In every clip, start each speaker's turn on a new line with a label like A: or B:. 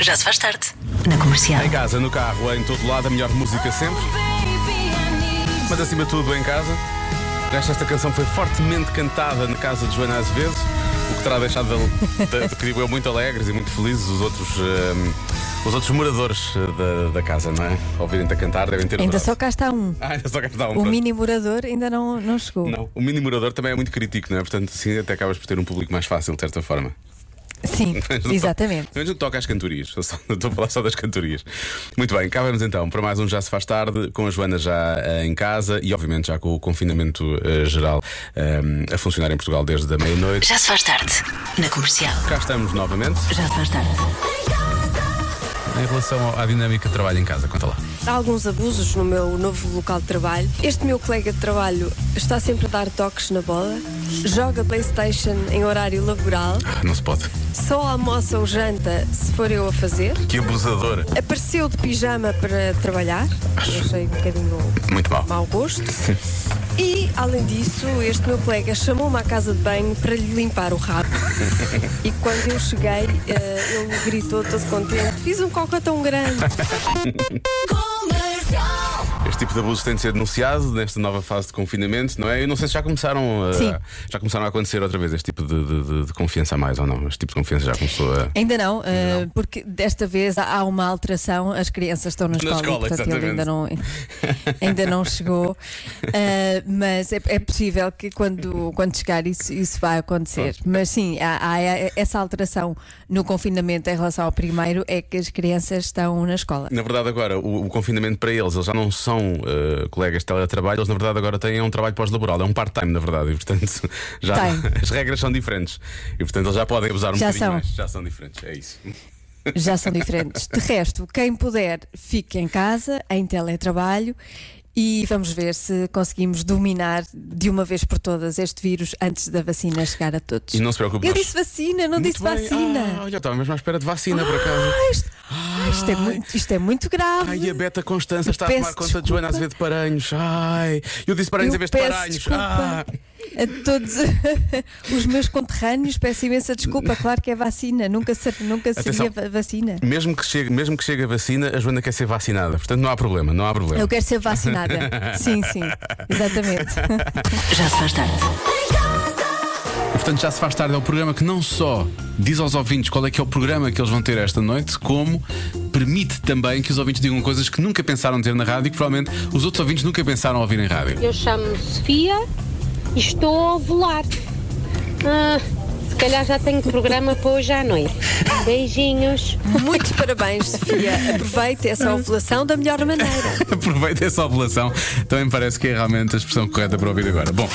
A: Já se faz tarde. Na comercial.
B: Em casa, no carro, em todo lado, a melhor música sempre. Mas acima de tudo, em casa. Esta, esta canção foi fortemente cantada na casa de Joana Azevedo, o que terá deixado, de, de, de, creio eu, muito alegres e muito felizes os outros. hum, os outros moradores eh, da, da casa, não é? Ouvirem-te a cantar, devem ter
C: Ainda
B: adorado.
C: só cá está um.
B: Ah, ainda só cá está um.
C: O
B: pronto.
C: mini morador ainda não, não chegou.
B: Não, o mini morador também é muito crítico, não é? Portanto, sim, até acabas por ter um público mais fácil, de certa forma.
C: Sim,
B: Mas não to-
C: exatamente.
B: Mas não toca às cantorias, eu só- eu estou a falar só das cantorias. Muito bem, cá vamos então para mais um Já Se Faz Tarde, com a Joana já eh, em casa e, obviamente, já com o confinamento eh, geral eh, a funcionar em Portugal desde a meia-noite.
A: Já se faz tarde. Na comercial.
B: Cá estamos novamente.
A: Já se faz tarde.
B: Em relação ao- à dinâmica de trabalho em casa, conta lá.
D: Há alguns abusos no meu novo local de trabalho. Este meu colega de trabalho está sempre a dar toques na bola, joga Playstation em horário laboral,
B: Ah, Não se pode.
D: só almoça ou janta se for eu a fazer,
B: Que abusador.
D: apareceu de pijama para trabalhar, eu achei um bocadinho
B: Muito mal.
D: mau gosto. E, além disso, este meu colega chamou-me à casa de banho para lhe limpar o rabo. E quando eu cheguei, eh, ele gritou todo contente: Fiz um coca tão grande.
B: Este tipo de abuso tem de ser denunciado nesta nova fase de confinamento, não é? Eu não sei se já começaram a,
C: Sim.
B: já começaram a acontecer outra vez este tipo de, de- de- de confiança a mais ou não? Este tipo de confiança já começou a.
C: Ainda não, eh, porque desta vez há há uma alteração, as crianças estão na escola, e,
B: escola,
C: portanto ele
B: exatamente.
C: ainda não, ainda não chegou. Eh, mas é, é possível que quando, quando chegar isso, isso vai acontecer. Mas sim, há, há essa alteração no confinamento em relação ao primeiro é que as crianças estão na escola.
B: Na verdade, agora, o, o confinamento para eles, eles já não são eh, colegas de teletrabalho, eles na verdade agora têm um trabalho pós-laboral, é um part-time, na verdade, e portanto já
C: Tem.
B: as regras são diferentes. E portanto eles já podem abusar um
C: Já
B: bocadinho
C: são.
B: mais. Já são diferentes, é isso.
C: já são diferentes. De resto, quem puder, fique em casa, em teletrabalho. E vamos ver se conseguimos dominar de uma vez por todas este vírus antes da vacina chegar a todos.
B: E não se preocupe,
C: Eu
B: nós-
C: disse vacina, não
B: Muito
C: disse
B: bem. Ah,
C: vacina.
B: olha, estava mesmo à espera de vacina para casa.
C: Ah, isto, ah, isto é muito, isto é muito grave.
B: Ai, a Beta Constança está a
C: Peço
B: tomar conta de Joana
C: desculpa.
B: Azevedo de Paranhos. Ai, eu disse Paranhos
C: Eu
B: em vez de
C: peço
B: Paranhos.
C: desculpa
B: Ah.
C: a todos os meus conterrâneos. Peço imensa desculpa. Claro que é vacina. Nunca, ser- nunca seria
B: Atenção.
C: va- vacina.
B: Mesmo que, chegue, mesmo que chegue a vacina, a Joana quer ser vacinada. Portanto, não há problema, não há problema.
C: Eu quero ser vacinada. Sim, sim. Exatamente.
A: Já se faz tarde.
B: E, Portanto, já se faz tarde. É o programa que não só diz aos ouvintes qual é que é o programa que eles vão ter esta noite, como permite também que os ouvintes digam coisas que nunca pensaram ter na rádio e que provavelmente os outros ouvintes nunca pensaram ouvir em rádio.
E: Eu chamo-me Sofia e estou a volar. Ah, se calhar já tenho programa para hoje à noite. Beijinhos.
D: Muitos parabéns, Sofia. Aproveite essa ovulação da melhor maneira.
B: Aproveita essa ovulação. Também me parece que é realmente a expressão correta para ouvir agora. Bom.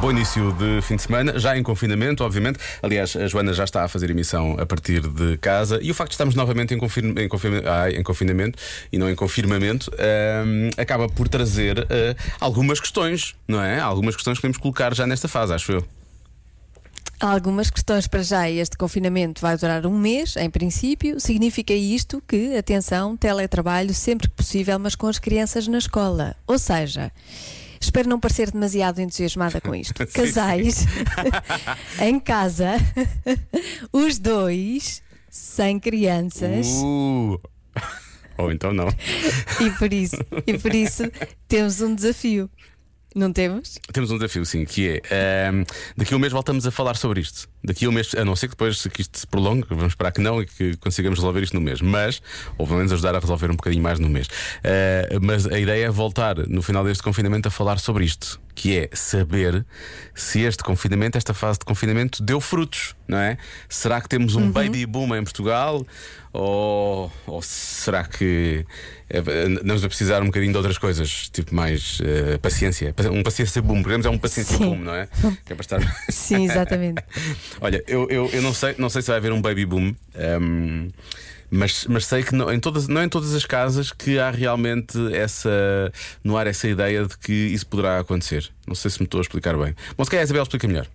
B: Bom início de fim de semana, já em confinamento, obviamente. Aliás, a Joana já está a fazer emissão a partir de casa e o facto de estarmos novamente em, confirma- em confirma- ai, em confinamento e não em confirmamento hum, acaba por trazer eh, algumas questões, não é? Algumas questões que podemos colocar já nesta fase, acho eu.
C: Há algumas questões para já. Este confinamento vai durar um mês, em princípio. Significa isto que, atenção, teletrabalho sempre que possível, mas com as crianças na escola. Ou seja, espero não parecer demasiado entusiasmada com isto.
B: Sim,
C: Casais em casa, os dois sem crianças.
B: Uh. Ou então não.
C: E por isso, e por isso temos um desafio. Não temos?
B: Temos um desafio, sim, que é ahm, daqui a um mês voltamos a falar sobre isto. Daqui a um mês, a não ser que depois que isto se prolongue, vamos esperar que não e que consigamos resolver isto no mês, mas, ou pelo menos ajudar a resolver um bocadinho mais no mês. Ah, mas a ideia é voltar no final deste confinamento a falar sobre isto, que é saber se este confinamento, esta fase de confinamento, deu frutos, não é? Será que temos um
C: Uhum.
B: baby boom em Portugal? Ou, ou será que eh, andamos a precisar um bocadinho de outras coisas, tipo mais eh, paciência? Um paciência boom, queremos é um paciência
C: Sim.
B: boom, não é? Que é para estar.
C: Sim, exatamente.
B: Olha, eu, eu, eu não, sei, não sei se vai haver um baby boom, hum, mas, mas sei que não em, todas, não em todas as casas que há realmente essa no ar essa ideia de que isso poderá acontecer. Não sei se me estou a explicar bem. Bom, se calhar a Isabel explica melhor.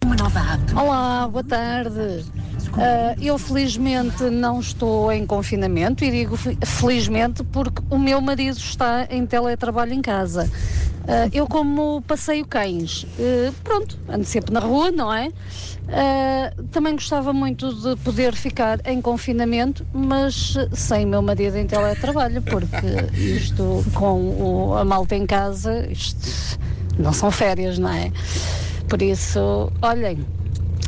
F: Olá, boa tarde. Ah, eu felizmente não estou em confinamento e digo fe- felizmente porque o meu marido está em teletrabalho em casa. Ah, eu, como passeio cães, eh, pronto, ando sempre na rua, não é? Ah, também gostava muito de poder ficar em confinamento, mas eh, sem o meu marido em teletrabalho, porque isto com o- a malta em casa, isto não são férias, não é? Por isso, olhem,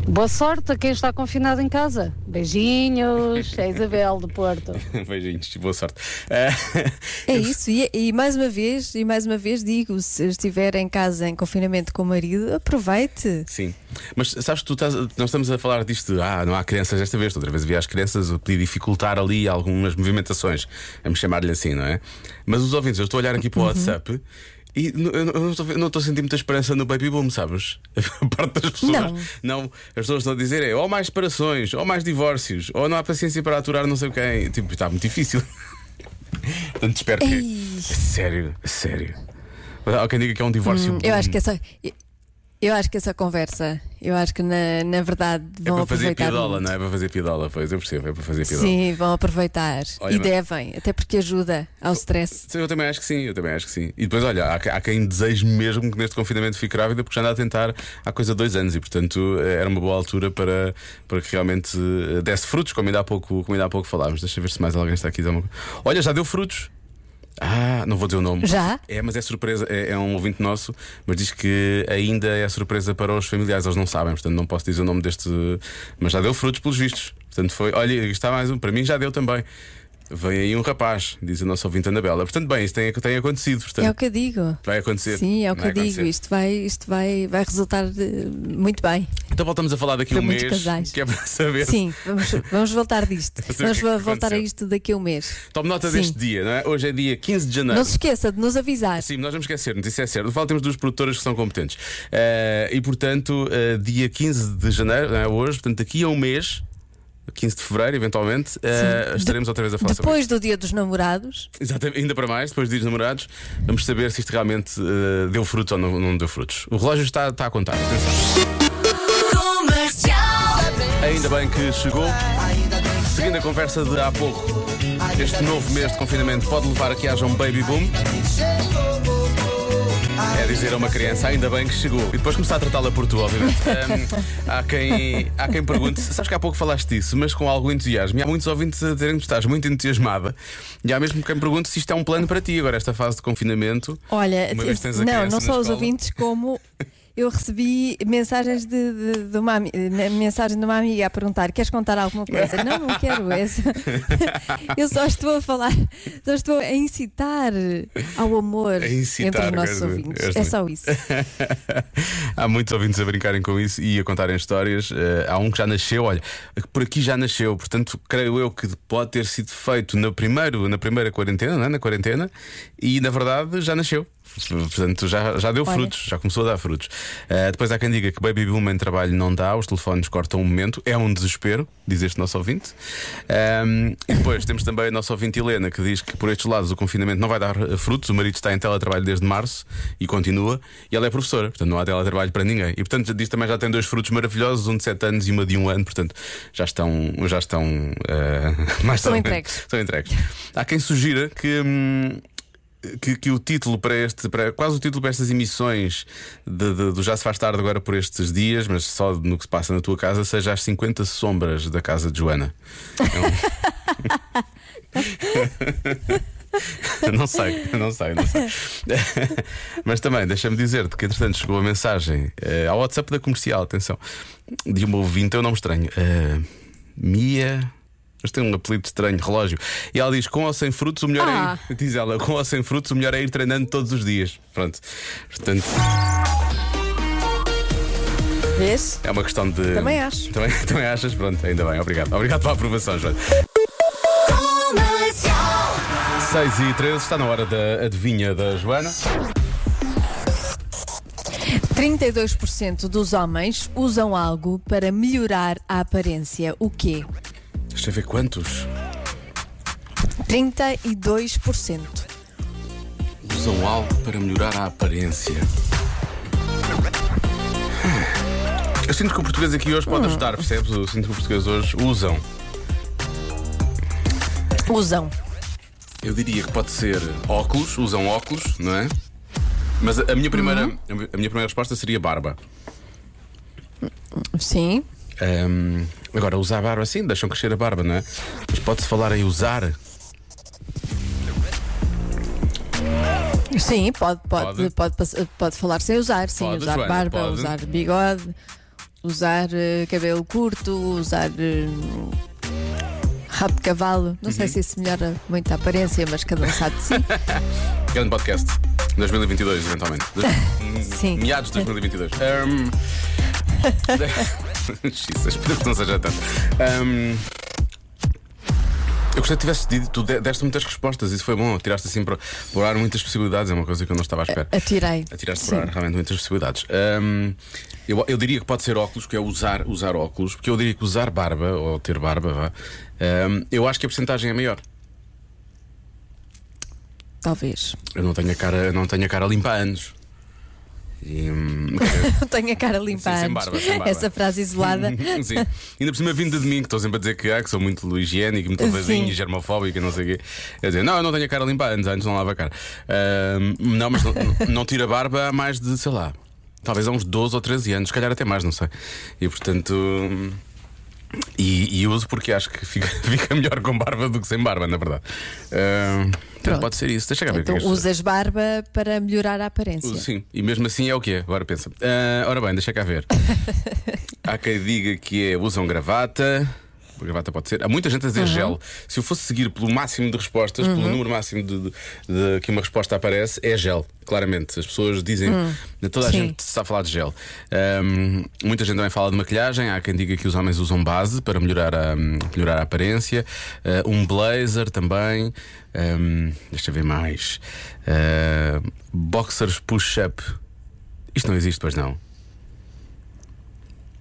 F: boa sorte a quem está confinado em casa. Beijinhos, é Isabel do Porto.
B: Beijinhos, boa sorte. Eh,
C: É isso, e, e mais uma vez, e mais uma vez digo, se estiver em casa em confinamento com o marido, aproveite.
B: Sim. Mas sabes, tu estás, nós estamos a falar disto de ah, não há crianças desta vez, outra vez havia as crianças, eu podia dificultar ali algumas movimentações. Vamos chamar-lhe assim, não é? Mas os ouvintes, eu estou a olhar aqui para o
C: Uhum.
B: WhatsApp. E n- eu n- eu não estou a ver- não estou a sentir muita esperança no baby boom, sabes? A parte das pessoas.
C: Não.
B: as pessoas estão a dizer é ou mais separações, ou mais divórcios, ou não há paciência para aturar não sei quem. Tipo, está muito difícil. Portanto, espero que.
C: Ei.
B: Sério, sério. Mas Há quem diga que é um divórcio.
C: Hum, Eu
B: bom.
C: acho que essa. Eu acho que essa conversa, eu acho que na, na verdade
B: É
C: vão
B: para fazer
C: aproveitar.
B: piadola,
C: muito.
B: não é? para fazer piadola, pois eu percebo, é para fazer piadola.
C: Sim, vão aproveitar.
B: Olha,
C: e
B: mas-
C: devem, até porque ajuda ao stress.
B: Sim, Eu também acho que sim, eu também acho que sim. E depois, olha, há, há quem deseje mesmo que neste confinamento fique grávida porque já anda a tentar há coisa de dois anos e, portanto, eh, era uma boa altura para, para que realmente eh, desse frutos, como ainda, há pouco, como ainda há pouco falámos. Deixa eu ver se mais alguém está aqui. a dizer alguma coisa. Olha, já deu frutos. Ah, não vou dizer o nome.
C: Já?
B: É, mas é surpresa, é, é um ouvinte nosso, mas diz que ainda é surpresa para os familiares, eles não sabem, portanto não posso dizer o nome deste. Mas já deu frutos pelos vistos. Portanto foi, olha, aqui está mais um, para mim já deu também. Vem aí um rapaz, diz o nosso ouvinte Anabela. Portanto, bem, isto tem, tem acontecido, portanto,
C: É o que eu digo.
B: vai acontecer.
C: Sim, é o que
B: Vai
C: eu digo.
B: acontecer.
C: Isto vai, isto vai, vai resultar eh, muito bem.
B: Então voltamos a falar daqui
C: Para
B: um mês,
C: muitos casais.
B: que é para saber.
C: Sim, vamos, vamos voltar disto.
B: sei o que
C: Vamos
B: é que
C: voltar a
B: aconteceu.
C: isto daqui a um mês.
B: Tome nota
C: Sim.
B: deste dia, não é? Hoje é dia 15 de janeiro.
C: Não se esqueça de nos avisar.
B: Sim, nós vamos esquecer-nos, isso é certo. Fala, temos duas produtoras que são competentes. Eh, e portanto, eh, dia 15 de janeiro, não é hoje, portanto, daqui a um mês, 15 de fevereiro, eventualmente, eh,
C: Sim.
B: estaremos outra vez a falar sobre
C: Depois do dia dos namorados,
B: isto. Exatamente, ainda para mais, depois dos dias namorados, vamos saber se isto realmente eh, deu frutos ou não, não deu frutos. O relógio está, está a contar, atenção. Ainda bem que chegou. Seguindo a conversa de há pouco, este novo mês de confinamento pode levar a que haja um baby boom. É dizer a uma criança, ainda bem que chegou. E depois começar a tratá-la por tu, obviamente. Hum, há, quem, há quem pergunte, sabes que há pouco falaste disso, mas com algum entusiasmo. E há muitos ouvintes a dizerem que estás muito entusiasmada. E há mesmo quem pergunte se isto é um plano para ti agora, esta fase de confinamento.
C: olha,
B: Uma vez tens a
C: não,
B: criança
C: não
B: na
C: só os
B: escola.
C: ouvintes, como eu recebi mensagens de, de- de uma, ami- eh, mensagem de uma amiga a perguntar: queres contar alguma coisa? não, não quero. é só- eu só estou a falar, só estou a incitar ao amor
B: A incitar,
C: entre os nossos
B: queres-
C: ouvintes.
B: queres-
C: É só isso.
B: há muitos ouvintes a brincarem com isso e a contarem histórias. Eh, há um que já nasceu, olha, que por aqui já nasceu, portanto, creio eu que pode ter sido feito na, primeiro, na primeira quarentena, não é? na quarentena, e na verdade já nasceu. Portanto, já, já deu
C: Olha.
B: frutos, já começou a dar frutos. Eh, depois há quem diga que Baby Boom em trabalho não dá, os telefones cortam um momento, é um desespero, diz este nosso ouvinte. Ahm, e depois temos também a nossa ouvinte Helena que diz que por estes lados o confinamento não vai dar eh, frutos, o marido está em teletrabalho desde março e continua, e ela é professora, portanto não há teletrabalho para ninguém. E portanto diz também já tem dois frutos maravilhosos, um de 7 anos e uma de um ano, portanto já estão, já estão eh, mais ou
C: Estão
B: menos-
C: entregues.
B: Estão entregues. Há quem sugira que. hum, que, que o título para este, para, quase o título para estas emissões de- de- do Já se faz tarde agora por estes dias, mas só no que se passa na tua casa, seja as 50 sombras da casa de Joana. Eu não sei, eu não sei, eu não sei. Mas também, deixa-me dizer-te que, entretanto, chegou a mensagem eh, ao WhatsApp da comercial, atenção, de uma ouvinte, eu não me estranho. eh, Mia. Mas tem um apelido estranho, relógio. E ela diz: com ou sem frutos, o melhor
C: Ah.
B: é ir. Diz ela: com ou sem frutos, o melhor é ir treinando todos os dias. Pronto. Portanto,
C: Vês?
B: é uma questão de.
C: Também acho.
B: Também, também achas? Pronto, ainda bem, obrigado. Obrigado pela aprovação, Joana. 6 e 13, está na hora da adivinha da Joana.
C: 32% dos homens usam algo para melhorar a aparência. O quê?
B: Deixa eu ver quantos
C: 32%.
B: usam algo para melhorar a aparência. Eu sinto que o português aqui hoje pode ajudar, percebes? Eu sinto que o português hoje usam.
C: Usam.
B: Eu diria que pode ser óculos, usam óculos, não é? Mas a minha primeira,
C: Uhum.
B: a minha primeira resposta seria barba.
C: Sim.
B: Ahm, agora, usar barba assim, deixam crescer a barba, não é? Mas pode-se falar em usar.
C: Sim, pode,
B: Pode.
C: pode, pode. pass- pode falar sem usar, sim,
B: Pode,
C: usar
B: Joana,
C: barba,
B: pode.
C: usar bigode, usar eh, cabelo curto, usar eh, rabo de cavalo. Não
B: Uhum.
C: sei se isso melhora muito a aparência, mas cada um sabe de si.
B: Grande podcast. 2022, eventualmente.
C: Sim.
B: Meados de 2022. Ahm, Ehm, Jesus, espero que não seja tanto. Ahm, Eu gostei que tivesse dito, tu de- deste muitas respostas, isso foi bom. Tiraste assim para explorar muitas possibilidades, é uma coisa que eu não estava à espera. É,
C: Atirei.
B: Atiraste
C: é, Sim.
B: para realmente muitas possibilidades. Ahm, eu, eu diria que pode ser óculos, que é usar, usar óculos, porque eu diria que usar barba, ou ter barba, vá, ahm, eu acho que a porcentagem é maior.
C: Talvez.
B: Eu não tenho a cara, não tenho a cara limpa há anos. E, hum,
C: Não tenho a cara limpa
B: Sim, sem
C: antes.
B: barba, sem barba.
C: Essa frase isolada.
B: Sim. Ainda por cima vinda de mim, que estou sempre a dizer que, ah, que sou muito higiênico, muito
C: Sim.
B: levezinho, germofóbico e não sei o quê. Quer dizer, não, eu não tenho a cara limpa antes, antes não lava a cara. Ahm, não, mas não, não tira barba há mais de, sei lá, talvez há uns 12 ou 13 anos, se calhar até mais, não sei. E portanto. hum, E, e uso porque acho que fica, fica melhor com barba do que sem barba, na verdade. Ahm, então
C: Pronto.
B: pode ser isso. Deixa cá ver o que
C: Então
B: é que as
C: usas barba para melhorar a aparência.
B: Sim, e mesmo assim é o que é. Agora pensa. Ah, ora bem, deixa cá ver. Há quem diga que é usam gravata. Gravata pode ser. Há muita gente a dizer gel. Se eu fosse seguir pelo máximo de respostas, pelo número máximo de, de- de que uma resposta aparece, é gel. Claramente. As pessoas dizem. Toda a
C: Sim.
B: gente está a falar de gel. Ahm, muita gente também fala de maquilhagem. Há quem diga que os homens usam base para melhorar a, hum, melhorar a aparência. Ah, um blazer também. Ahm, deixa eu ver mais. Ah, boxers push-up. Isto não existe, pois não.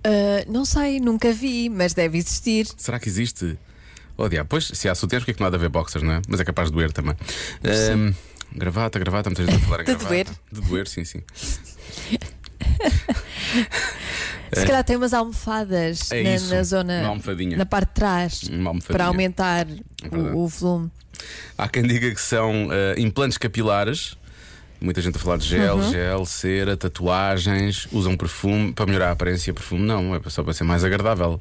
C: Ah, não sei, nunca vi, mas deve existir.
B: Será que existe? Oh, diabo, pois, se há sutiãs, porque é que não há de haver boxers, não é? Mas é capaz de doer também. Ahm, gravata, gravata, muita gente a falar em
C: De
B: gravata.
C: doer.
B: De doer, sim, sim.
C: Se calhar tem umas almofadas
B: É
C: na,
B: isso,
C: na zona.
B: uma almofadinha.
C: Na parte de trás.
B: Uma almofadinha. É
C: Para aumentar
B: verdade.
C: o, o volume.
B: Há quem diga que são ah, implantes capilares. Muita gente a falar de gel,
C: Uhum.
B: gel, cera, tatuagens, usam perfume para melhorar a aparência. Perfume não, é só para ser mais agradável.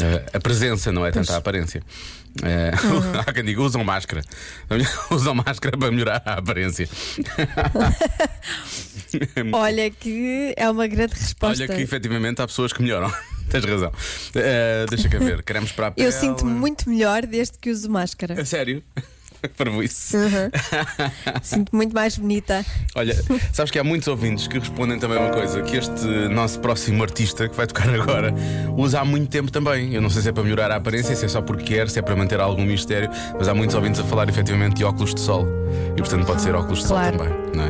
B: Ah, a presença não é tanta a aparência. Ah,
C: Uhum.
B: há quem diga usam máscara. usam máscara para melhorar a aparência.
C: Olha que é uma grande resposta.
B: Olha que efetivamente há pessoas que melhoram. Tens razão. Ah, deixa cá ver, queremos para a pele.
C: Eu sinto-me muito melhor desde que uso máscara.
B: A sério? Para isso.
C: Uhum. sinto-me muito mais bonita.
B: Olha, sabes que há muitos ouvintes que respondem também uma coisa: que este nosso próximo artista que vai tocar agora usa há muito tempo também. Eu não sei se é para melhorar a aparência, se é só porque quer, se é para manter algum mistério, mas há muitos ouvintes a falar efetivamente de óculos de sol. E portanto pode ser óculos de
C: Claro. Uhum.
B: sol também, não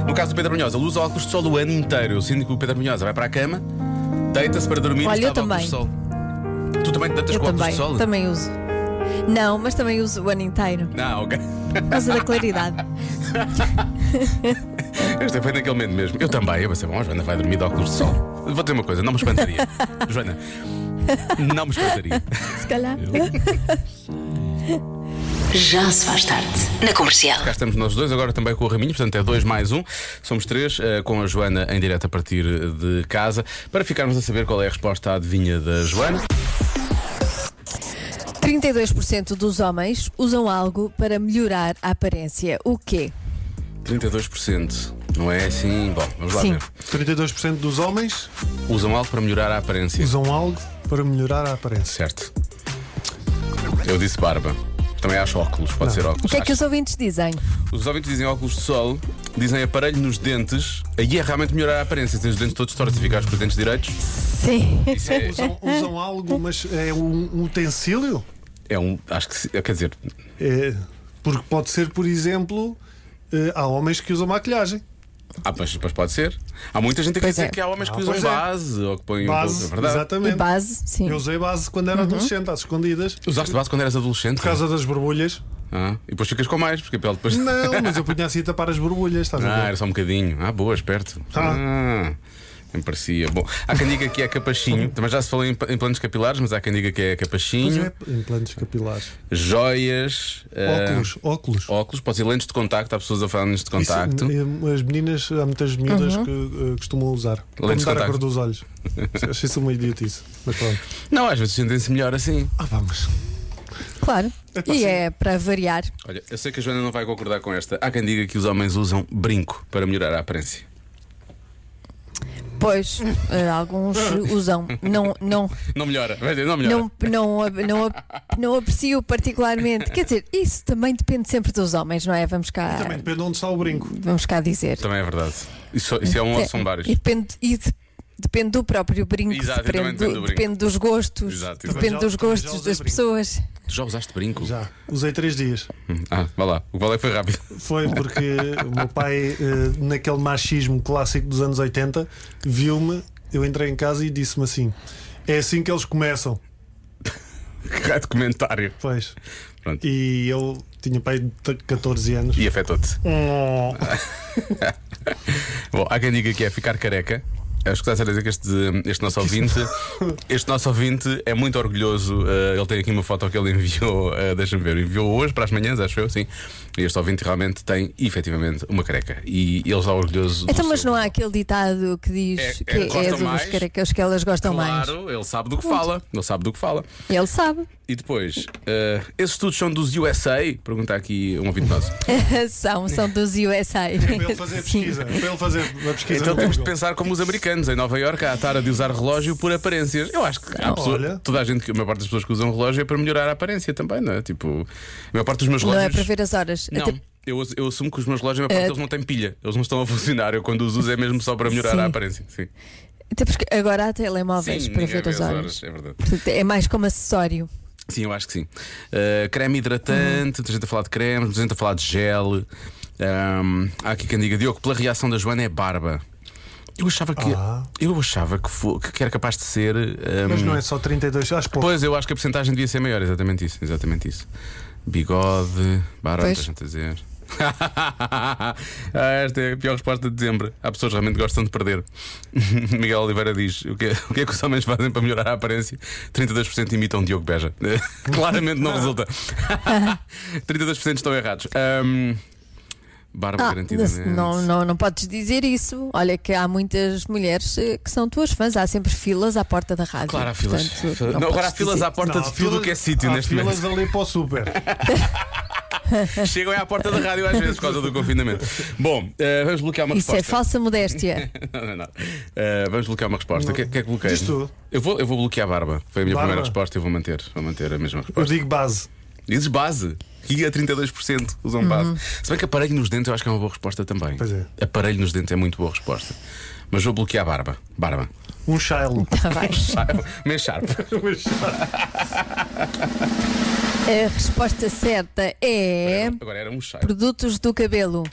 B: é? No caso do Pedro Munhoz, ele usa óculos de sol o ano inteiro. Eu sinto que o Pedro Munhoz vai para a cama, deita-se para dormir
C: Olha,
B: e
C: eu
B: está de óculos de sol. Tu também te deitas
C: Eu
B: com óculos
C: também.
B: de sol?
C: Também uso. Não, mas também uso o ano inteiro.
B: Ah, ok.
C: Por causa da claridade.
B: Esta foi naquele momento mesmo. Eu também, eu pensei, bom, a Joana vai dormir de óculos de sol. Vou dizer uma coisa, não me espantaria. Joana, não me espantaria.
C: Se calhar.
A: Já se faz tarde. Na comercial.
B: Cá estamos nós dois, agora também com o Raminho, portanto é dois mais um. Somos três, eh, com a Joana em direto a partir de casa, para ficarmos a saber qual é a resposta à adivinha da Joana.
C: 32% dos homens usam algo para melhorar a aparência. O quê?
B: 32%. Não é assim? Bom, vamos lá
C: Sim.
B: ver.
G: 32% dos homens
B: Usam algo para melhorar a aparência.
G: usam algo para melhorar a aparência.
B: Certo. Eu disse barba. Também acho óculos, pode ser óculos.
C: O que é que
B: Acho-
C: os ouvintes dizem?
B: Os ouvintes dizem óculos de sol, dizem aparelho nos dentes, aí é realmente melhorar a aparência. Tens os dentes todos tortos e ficares com os dentes direitos.
C: Sim.
B: Isso é,
G: Usam, usam algo, mas é um, um utensílio?
B: é um. Acho que. se- Quer dizer,
G: É, porque pode ser, por exemplo, eh, há homens que usam maquilhagem.
B: ah, mas, mas pode ser. Há muita gente que
C: Pois
B: diz
C: é.
B: que há homens que
G: Ah,
B: usam
G: pois é.
B: base ou que põem
G: Base,
B: um pouco. É verdade.
C: E
G: exatamente.
C: base, Uhum. sim.
G: Eu usei base quando era adolescente, às escondidas, por
B: Usaste base quando eras adolescente?
G: causa das borbulhas.
B: Ah, e depois ficas com mais, porque a pele depois.
G: Não, mas eu punha assim a tapar as borbulhas, estás a
B: Ah,
G: ver?
B: era só um bocadinho. Ah, boa, esperto.
G: Ah.
B: Ah. Me parecia. Bom, há quem diga que é capachinho. Também já se falou em pa- implantes capilares, mas há quem diga que é
G: Pois
B: capachinho.
G: é, implantes capilares.
B: Joias. ah,
G: Óculos, óculos.
B: Óculos, pode ser lentes de contacto, há pessoas a falar de lentes de
G: Isso,
B: contacto.
G: eh, as meninas, há muitas miúdas
C: Uhum.
G: que eh, costumam usar. Para
B: Lentes de
G: mudar a
B: contacto.
G: cor dos olhos. Achei isso uma idiotice. Mas pronto.
B: Não, às vezes sentem-se melhor assim.
G: Ah, vamos.
C: Claro.
G: Epá,
C: E
G: sim.
C: é para variar.
B: Olha, eu sei que a Joana não vai concordar com esta. Há quem diga que os homens usam brinco para melhorar a aparência.
C: Pois, eh, alguns usam. Não, não,
B: Não melhora, vai dizer, não melhora.
C: não, não, a- não, a- não aprecio particularmente. Quer dizer, isso também depende sempre dos homens, não é? Vamos cá,
G: Também depende de onde está o brinco.
C: vamos cá dizer.
B: Também é verdade. Isso, isso é um
C: É,
B: são vários.
C: E depende, e de- depende do próprio brinco,
B: Exato,
C: depende,
B: também depende do brinco.
C: depende dos gostos,
B: Exato, exato.
C: depende
G: Já-
C: dos
G: já
C: gostos
G: usei
C: das
G: brinco.
C: pessoas.
B: Tu já usaste brinco?
G: Já. Usei três dias.
B: Hum, Ah, vá lá. O que vale é que foi rápido.
G: Foi porque o meu pai, eh, naquele machismo clássico dos anos 80, viu-me, eu entrei em casa e disse-me assim: é assim que eles começam.
B: Que raio de comentário.
G: Pois.
B: Pronto. E,
G: E eu tinha pai de 14 anos.
B: afetou-te.
G: Oh,
B: Bom, há quem diga que é ficar careca. Acho que está a dizer que este, este nosso ouvinte Este nosso ouvinte é muito orgulhoso eh, Ele tem aqui uma foto que ele enviou eh, Deixa-me ver, enviou hoje para as manhãs, acho eu, sim E Este ouvinte realmente tem, efetivamente, uma careca E ele está orgulhoso do
C: Então, mas
B: seu-
C: não há aquele ditado que diz
B: É- é-
C: que é,
B: gostam
C: dos
B: mais?
C: caracas que elas gostam mais.
B: Claro, ele sabe do que fala Ele sabe do que fala
C: Ele sabe.
B: E depois, eh, esses estudos são dos USA? Pergunta aqui um ouvinte nosso
C: são, são dos USA.
G: para É ele fazer a
C: Sim.
G: pesquisa. Para ele fazer a pesquisa.
B: Então
G: no
B: temos de
G: Google.
B: pensar como os americanos. Em Nova Iorque há a tara de usar relógio por aparências. Eu acho que há pessoa-
G: Olha.
B: toda a gente, que- a maior parte das pessoas que usam relógio é para melhorar a aparência também, não é? Tipo, a maior parte dos meus
C: Não é
B: relógios.
C: para ver as horas.
B: Não.
C: Até-
B: Eu, eu assumo que os meus relógios, a maior parte
C: Eh,
B: deles não têm pilha. Eles não estão a funcionar. Eu quando os uso é mesmo só para melhorar
C: Sim.
B: a aparência. Sim,
C: Até porque agora há telemóveis
B: Sim,
C: para
B: ninguém
C: ver
B: vê
C: as horas.
B: É verdade.
C: Portanto, é mais como acessório.
B: Sim, eu acho que sim. Uh, creme hidratante, muita gente a falar de cremes, muita gente a falar de gel. Um, há aqui quem diga, Diogo, pela reação da Joana é barba. Eu achava que.
G: Ah.
B: Eu achava que, fo- que era capaz de ser. um,
G: Mas não é só 32, acho pouco.
B: Pois, eu acho que a porcentagem devia ser maior, exatamente isso. Exatamente isso. Bigode, barba,
C: Pois.
B: muita gente a dizer. ah, esta é a pior resposta de dezembro. Há pessoas que realmente gostam de perder. Miguel Oliveira diz: o que, é- o que é que os homens fazem para melhorar a aparência? 32% imitam Diogo Beja. Claramente não resulta. 32% estão errados. Ahm, barba
C: Ah,
B: garantida,
C: mas
B: né?
C: não, não, não podes dizer isso. Olha que há muitas mulheres eh, que são tuas fãs. Há sempre filas à porta da rádio.
B: Claro, há filas.
C: Portanto,
B: Não,
C: não
B: agora há
C: podes
B: filas
C: dizer.
B: à porta
G: Não,
B: de
G: há
B: tudo o
G: filas-
B: que é sítio
G: há
B: neste momento.
G: filas ali para o super.
B: Chegam é à porta da rádio às vezes por causa do confinamento. Bom, eh, vamos bloquear uma
C: Isso é
B: resposta.
C: falsa modéstia.
B: não, não, não. Eh, vamos bloquear uma resposta. O que, é- o que é que bloqueia?
G: Diz tu.
B: Eu vou, eu vou bloquear a barba. Foi a minha
G: Barba?
B: primeira resposta e eu vou manter, vou manter a mesma resposta.
G: Eu digo base.
B: Dizes base. E a 32% usam
C: Uhum.
B: base. Se bem que aparelho nos dentes eu acho que é uma boa resposta também.
G: Pois é.
B: Aparelho nos dentes é muito boa resposta. Mas vou bloquear a barba. Barba.
G: Um Shiloh.
C: Tá bem.
B: Meio sharp.
C: A resposta certa é
B: Agora era um sharp.
C: produtos do cabelo.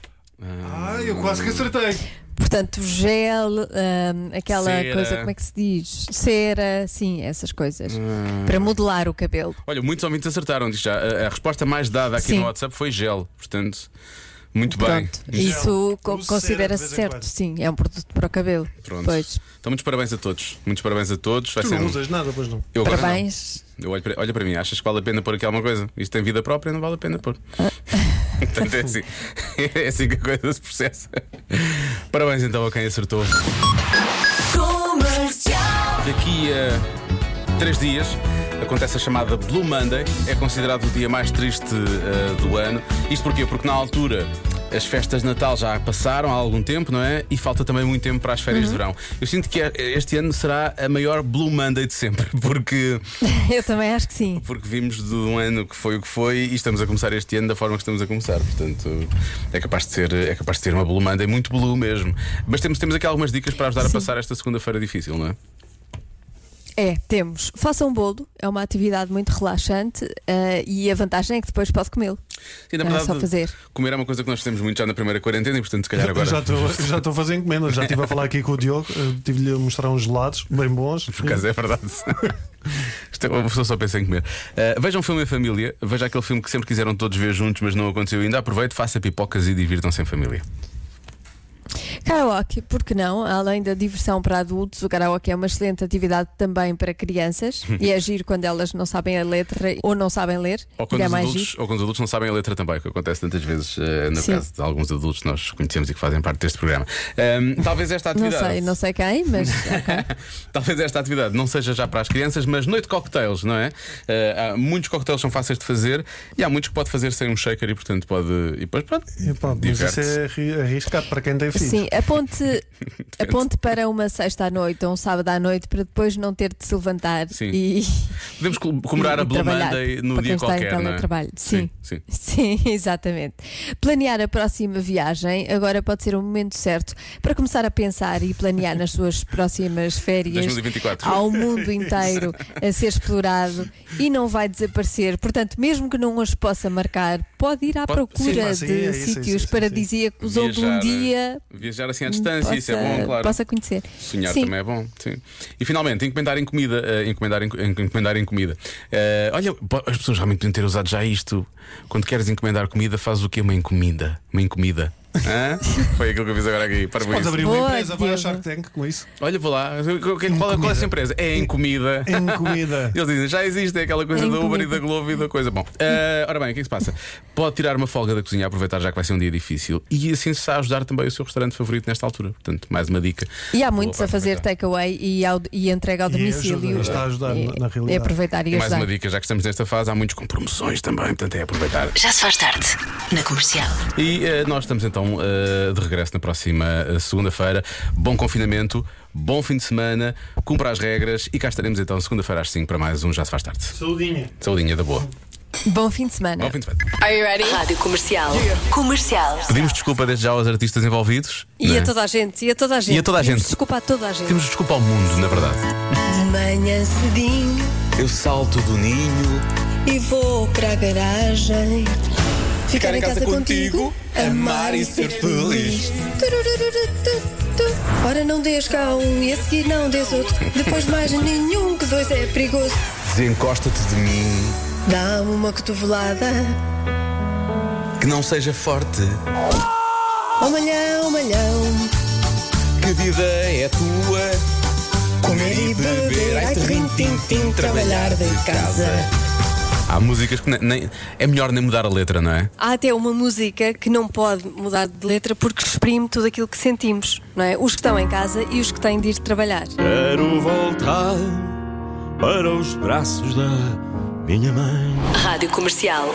G: Ah, eu quase que acertei.
C: Portanto, gel, hum, aquela
B: Cera.
C: coisa, como é que se diz? Cera, sim, essas coisas.
B: Ah.
C: Para modelar o cabelo.
B: Olha, muitos ouvintes acertaram diz já. A, a resposta mais dada aqui
C: Sim.
B: no WhatsApp foi gel. Portanto, muito bem.
C: Pronto, isso
G: Gel.
C: co-
G: Uso cera
C: considera-se
G: de vez em
C: certo,
G: quando.
C: sim, é um produto para o cabelo.
B: Pronto.
C: Pois,
B: Então, muitos parabéns a todos. Muitos parabéns a todos. Vai
G: Tu
B: ser
G: não
B: um-
G: usas nada, pois não.
B: Eu agora
C: parabéns.
B: não. Eu olho para, olha para mim, achas que vale a pena pôr aqui alguma coisa? Isto tem vida própria, não vale a pena pôr. Portanto, é assim, é assim que a coisa se processa. Parabéns então a quem acertou. Daqui a três dias acontece a chamada Blue Monday. É considerado o dia mais triste eh, do ano. Isto porquê? Porque na altura. As festas de Natal já passaram há algum tempo, não é? E falta também muito tempo para as férias de verão. Eu sinto que eh, este ano será a maior Blue Monday de sempre, porque
C: Eu também acho que sim.
B: porque vimos de um ano que foi o que foi e estamos a começar este ano da forma que estamos a começar. Portanto, é capaz de ser, é capaz de ser uma blue Monday, muito blue mesmo. Mas temos, temos aqui algumas dicas para ajudar a passar esta segunda-feira difícil, não é?
C: É, temos. Faça um bolo, é uma atividade muito relaxante eh, e a vantagem é que depois pode comê-lo.
B: Sim, na
C: Não é só fazer.
B: comer é uma coisa que nós fizemos muito já na primeira quarentena e, portanto, se calhar
G: Eu
B: agora.
G: já estou já estou a fazer encomendas, já estive a falar aqui com o Diogo, eh, tive-lhe a mostrar uns gelados bem bons.
B: Por acaso é verdade. Isto é uma pessoa só pensa em comer. Uh, vejam um filme em família, veja aquele filme que sempre quiseram todos ver juntos, mas não aconteceu ainda. Aproveite, faça pipocas e divirtam-se em família.
C: Karaoke, porque não? Além da diversão para adultos, o karaoke é uma excelente atividade também para crianças e é giro quando elas não sabem a letra ou não sabem ler.
B: Ou quando,
C: ainda é
B: os
C: mais
B: adultos,
C: giro.
B: ou quando os adultos não sabem a letra também, que acontece tantas vezes eh, no
C: Sim.
B: caso de alguns adultos que nós conhecemos e que fazem parte deste programa. Ahm, talvez esta
C: Não
B: atividade.
C: sei, não sei quem, mas
B: Talvez esta atividade não seja já para as crianças, mas noite de cocktails, não é? Eh, há muitos cocktails que são fáceis de fazer e há muitos que pode fazer sem um shaker e, portanto, pode. E depois, pronto.
G: Epá, mas
B: diverte-se.
G: isso é arri- arriscado para quem tem filhos.
C: sim, aponte, aponte para uma sexta à noite ou um sábado à noite para depois não ter de se levantar
B: Sim.
C: e
B: Podemos co- comemorar
C: e
B: a Blue
C: trabalhar,
B: Monday no
C: para
B: dia
C: quem está
B: qualquer.
C: Em
B: não é?
C: teletrabalho. Sim.
B: sim.
C: Sim, exatamente. Planear a próxima viagem agora pode ser o momento certo para começar a pensar e planear nas suas próximas férias
B: 2024.
C: ao mundo inteiro a ser explorado e não vai desaparecer. Portanto, mesmo que não as possa marcar, pode ir à
B: Pode-
G: Sim,
C: procura
G: mas sim,
C: de
G: é isso, é isso, é
C: sítios
G: isso,
C: paradisíacos ou de
B: Viajar,
C: um dia
B: Viajar
C: Hum,
B: assim à distância, isso é
C: possa-
B: bom, claro.
C: possa conhecer.
B: Sonhar
C: Sim.
B: também é bom, sim. E finalmente, encomendar em comida. eh, encomendar, em, en- encomendar em comida. Eh, olha, po- as pessoas realmente podiam ter usado já isto. Quando queres encomendar comida, fazes o quê? Uma encomenda. Uma encomida. Hã? Foi aquilo que eu fiz agora aqui. Para
G: Podes abrir uma
C: Boa,
G: empresa, vai ao
C: Diogo.
G: Shark Tank com isso.
B: Olha, vou lá. Qual, qual, qual é essa empresa? É em comida.
G: Em comida.
B: Eles dizem, já existe, é aquela coisa
C: Em
B: da Uber e
C: comida.
B: da Globo e da coisa. Bom, eh, ora bem, o que é que se passa? Pode tirar uma folga da cozinha, aproveitar já que vai ser um dia difícil e assim se a ajudar também o seu restaurante favorito nesta altura. Portanto, mais uma dica.
C: E há
B: Boa
C: muitos
B: para
C: a fazer
B: aproveitar.
C: takeaway e, ao- e entrega ao
G: E
C: domicílio.
G: ajuda, está a ajudar
C: E-
G: na- na
C: É
G: realidade.
C: aproveitar e
B: Mais
C: ajudar.
B: uma dica, já que estamos nesta fase, há muitos com promoções também, portanto é aproveitar.
A: Já se faz tarde na comercial.
B: E eh, nós estamos então eh, de regresso na próxima eh, segunda-feira. Bom confinamento, bom fim de semana, cumpra as regras e cá estaremos então segunda-feira às 5 para mais um Já se faz tarde.
G: Saudinha.
B: Saudinha da boa.
C: Bom fim de
D: É.
C: semana.
B: Bom fim de semana.
A: Rádio comercial. Comercial.
B: Pedimos desculpa desde já aos artistas envolvidos. não
D: E
B: é?
D: a toda a gente, e a toda a gente.
B: a toda a
D: Pedimos
B: gente.
D: Desculpa a toda a gente.
B: Temos desculpa ao mundo, na verdade.
H: De manhã cedinho
I: Eu salto do ninho.
H: e vou para a garagem. Ficar em casa, contigo, amar e ser feliz. Turururu, tu, tu. Ora, não dês cá um e a seguir não dês outro. Depois mais nenhum, que dois é perigoso.
I: Desencosta-te de mim.
H: Dá-me uma cotovelada.
I: Que não seja forte.
H: Oh malhão, malhão,
I: Que vida é tua.
H: comer e beber. Ai, tim, tim, tim, trabalhar de casa.
B: Há músicas que ne- nem, é melhor nem mudar a letra, não é?
D: Há até uma música que não pode mudar de letra porque exprime tudo aquilo que sentimos, não é? Os que estão em casa e os que têm de ir trabalhar.
J: Quero voltar para os braços da minha mãe.
A: Rádio comercial.